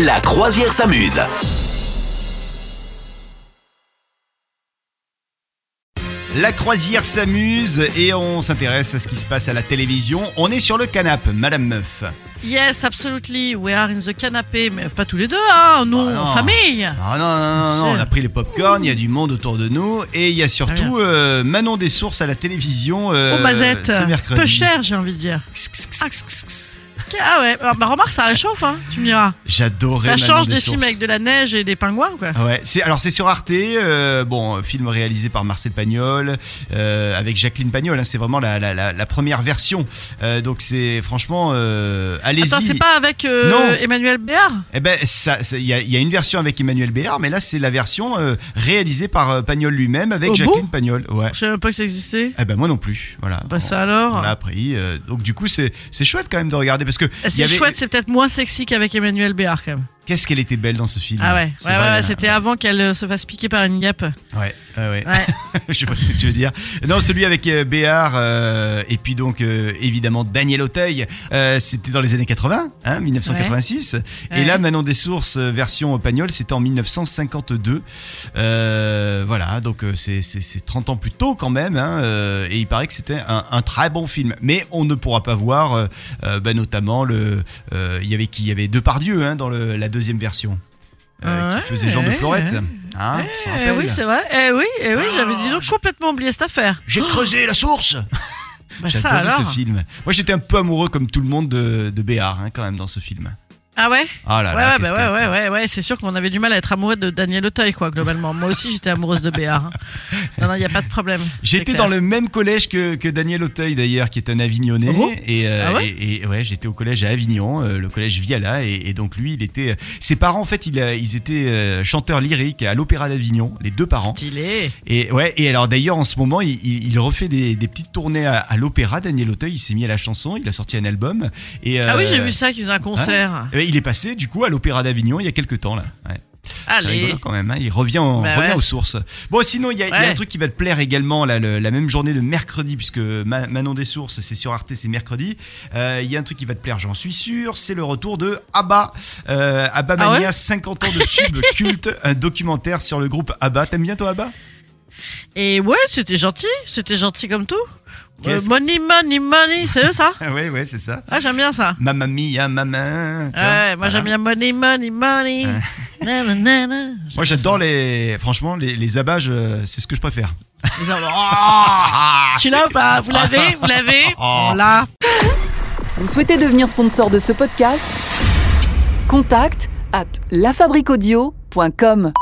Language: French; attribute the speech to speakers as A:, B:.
A: La croisière s'amuse.
B: La croisière s'amuse et on s'intéresse à ce qui se passe à la télévision. On est sur le canapé, Madame Meuf.
C: Yes, absolutely. We are in the canapé, mais pas tous les deux, hein. Nous,
B: Oh, non.
C: en famille.
B: Ah non, non, non, non, on a pris les popcorn, il y a du monde autour de nous et il y a surtout euh, Manon des sources à la télévision euh,
C: Aux bazettes.
B: ce mercredi.
C: Peu cher, j'ai envie de dire.
B: X, x, x, x, x, x.
C: Ah ouais. Bah, bah, remarque, ça réchauffe, hein. Tu me diras.
B: J'adorais
C: Ça
B: Manon
C: change
B: des,
C: des
B: sources.
C: films avec de la neige et des pingouins, quoi.
B: Ah Ouais, c'est alors c'est sur Arte, euh, bon film réalisé par Marcel Pagnol euh, avec Jacqueline Pagnol, hein, c'est vraiment la, la, la, la première version. Euh, donc c'est franchement, euh, allez-y.
C: Attends, c'est pas avec euh,
B: Non.
C: Emmanuel Béard
B: Eh ben, ça, ça- il y, a- il y a une version avec Emmanuel Béard, mais là c'est la version euh, réalisée par euh, Pagnol lui-même avec
C: Oh bon
B: Jacqueline Pagnol. Ouais.
C: Je savais même pas que ça existait.
B: Eh ben moi non plus, voilà.
C: Bah
B: On,
C: ça
B: on
C: alors.
B: l'a appris. euh, donc du coup c'est c'est chouette quand même de regarder parce que il y
C: Eh, C'est
B: avait-
C: chouette, c'est peut-être moins sexy qu'avec Emmanuel Béard, quand même.
B: Qu'est-ce qu'elle était belle dans ce film.
C: Ah ouais. Ouais,
B: C'est
C: ouais,
B: vrai, hein.
C: ouais, c'était avant qu'elle euh, se fasse piquer par une guêpe.
B: Ouais, ouais, ouais.
C: Ouais.
B: je sais pas ce que tu veux dire. Non, celui avec euh, Béard euh, et puis donc euh, évidemment Daniel Auteuil. euh, c'était dans les années 80, hein, 1986. Et
C: Ouais.
B: là, Manon des Sources euh, version Pagnol, c'était en 1952. Euh, voilà, donc euh, c'est c'est- c'est 30 ans plus tôt quand même. hein, euh, et il paraît que c'était un, un très bon film. Mais on ne pourra pas voir, euh, euh, bah, notamment le, euh, il y avait qui, il y avait Depardieu hein, dans le- la deuxième version. euh, qui
C: Ouais,
B: faisait Jean de
C: ouais,
B: Florette.
C: ouais.
B: Hein, on s'en
C: Eh
B: rappelle. Ah.
C: oui, c'est vrai. Eh oui, eh oui, j'avais dit donc complètement oublié cette affaire.
B: J'ai creusé la source.
C: Bah ça
B: J'adorais
C: alors.
B: ce film. Moi, j'étais un peu amoureux comme tout le monde de, de Béard hein, quand même dans ce film.
C: Ah ouais
B: Ah là
C: Ouais,
B: là.
C: ouais,
B: qu'est-ce
C: bah
B: qu'elle-
C: ouais, ouais, ouais, ouais, c'est sûr qu'on avait du mal à être amoureux de Daniel Auteuil, quoi, globalement. Moi aussi, j'étais amoureuse de Béard. hein. Non, non, il n'y a pas de problème.
B: J'étais
C: C'est
B: dans
C: clair.
B: le même collège que, que Daniel Auteuil d'ailleurs, qui est un Avignonnais.
C: Ah bon
B: et, euh,
C: Ah ouais
B: et, et ouais, j'étais au collège à Avignon, euh, le collège Viala, et, et donc lui, il était. euh, Ses parents, en fait, il a- ils étaient euh, chanteurs lyriques à l'Opéra d'Avignon, les deux parents.
C: Stylé.
B: Et ouais, et alors d'ailleurs en ce moment, il, il- il refait des, des petites tournées à, à l'Opéra. Daniel Auteuil, il s'est mis à la chanson, il a sorti un album. Et,
C: Ah oui, j'ai
B: euh,
C: vu ça, qu'il faisait un concert.
B: Eh ben, Il est passé du coup à l'Opéra d'Avignon il y a quelques temps là. Ouais. C'est
C: Allez.
B: rigolo quand même, hein. il revient, en-
C: Ah, Bah
B: revient
C: ouais.
B: aux sources. Bon, sinon, il y, a- il y a un
C: Ouais.
B: truc qui va te plaire également, là, le- la même journée de mercredi, puisque Ma- Manon des Sources, c'est sur Arte, c'est mercredi. Euh, Il y a un truc qui va te plaire, j'en suis sûr, c'est le retour de ABBA. Euh, ABBA
C: Ah ouais
B: Mania, 50 ans de tube culte, un documentaire sur le groupe ABBA. T'aimes bien toi ABBA
C: Et ouais, c'était gentil. C'était gentil comme tout. Euh,
B: Qu'est-ce-
C: money, money, money. C'est eux, ça
B: Ah ouais, ouais, c'est ça.
C: Ah, j'aime bien ça.
B: Mamma mia, maman. tu vois.
C: Ouais, moi
B: Voilà.
C: j'aime bien money, money, money.
B: Ouais.
C: Na, na, na, na.
B: Moi j'adore les... Franchement, les, les ABBA, je- c'est ce que je préfère.
C: Ils ont-
B: Ah.
C: Oh Tu l'as ou pas Vous l'avez Vous l'avez
B: Oh.
C: On l'a.
D: Vous souhaitez devenir sponsor de ce podcast Contact à lafabriquaudio.com.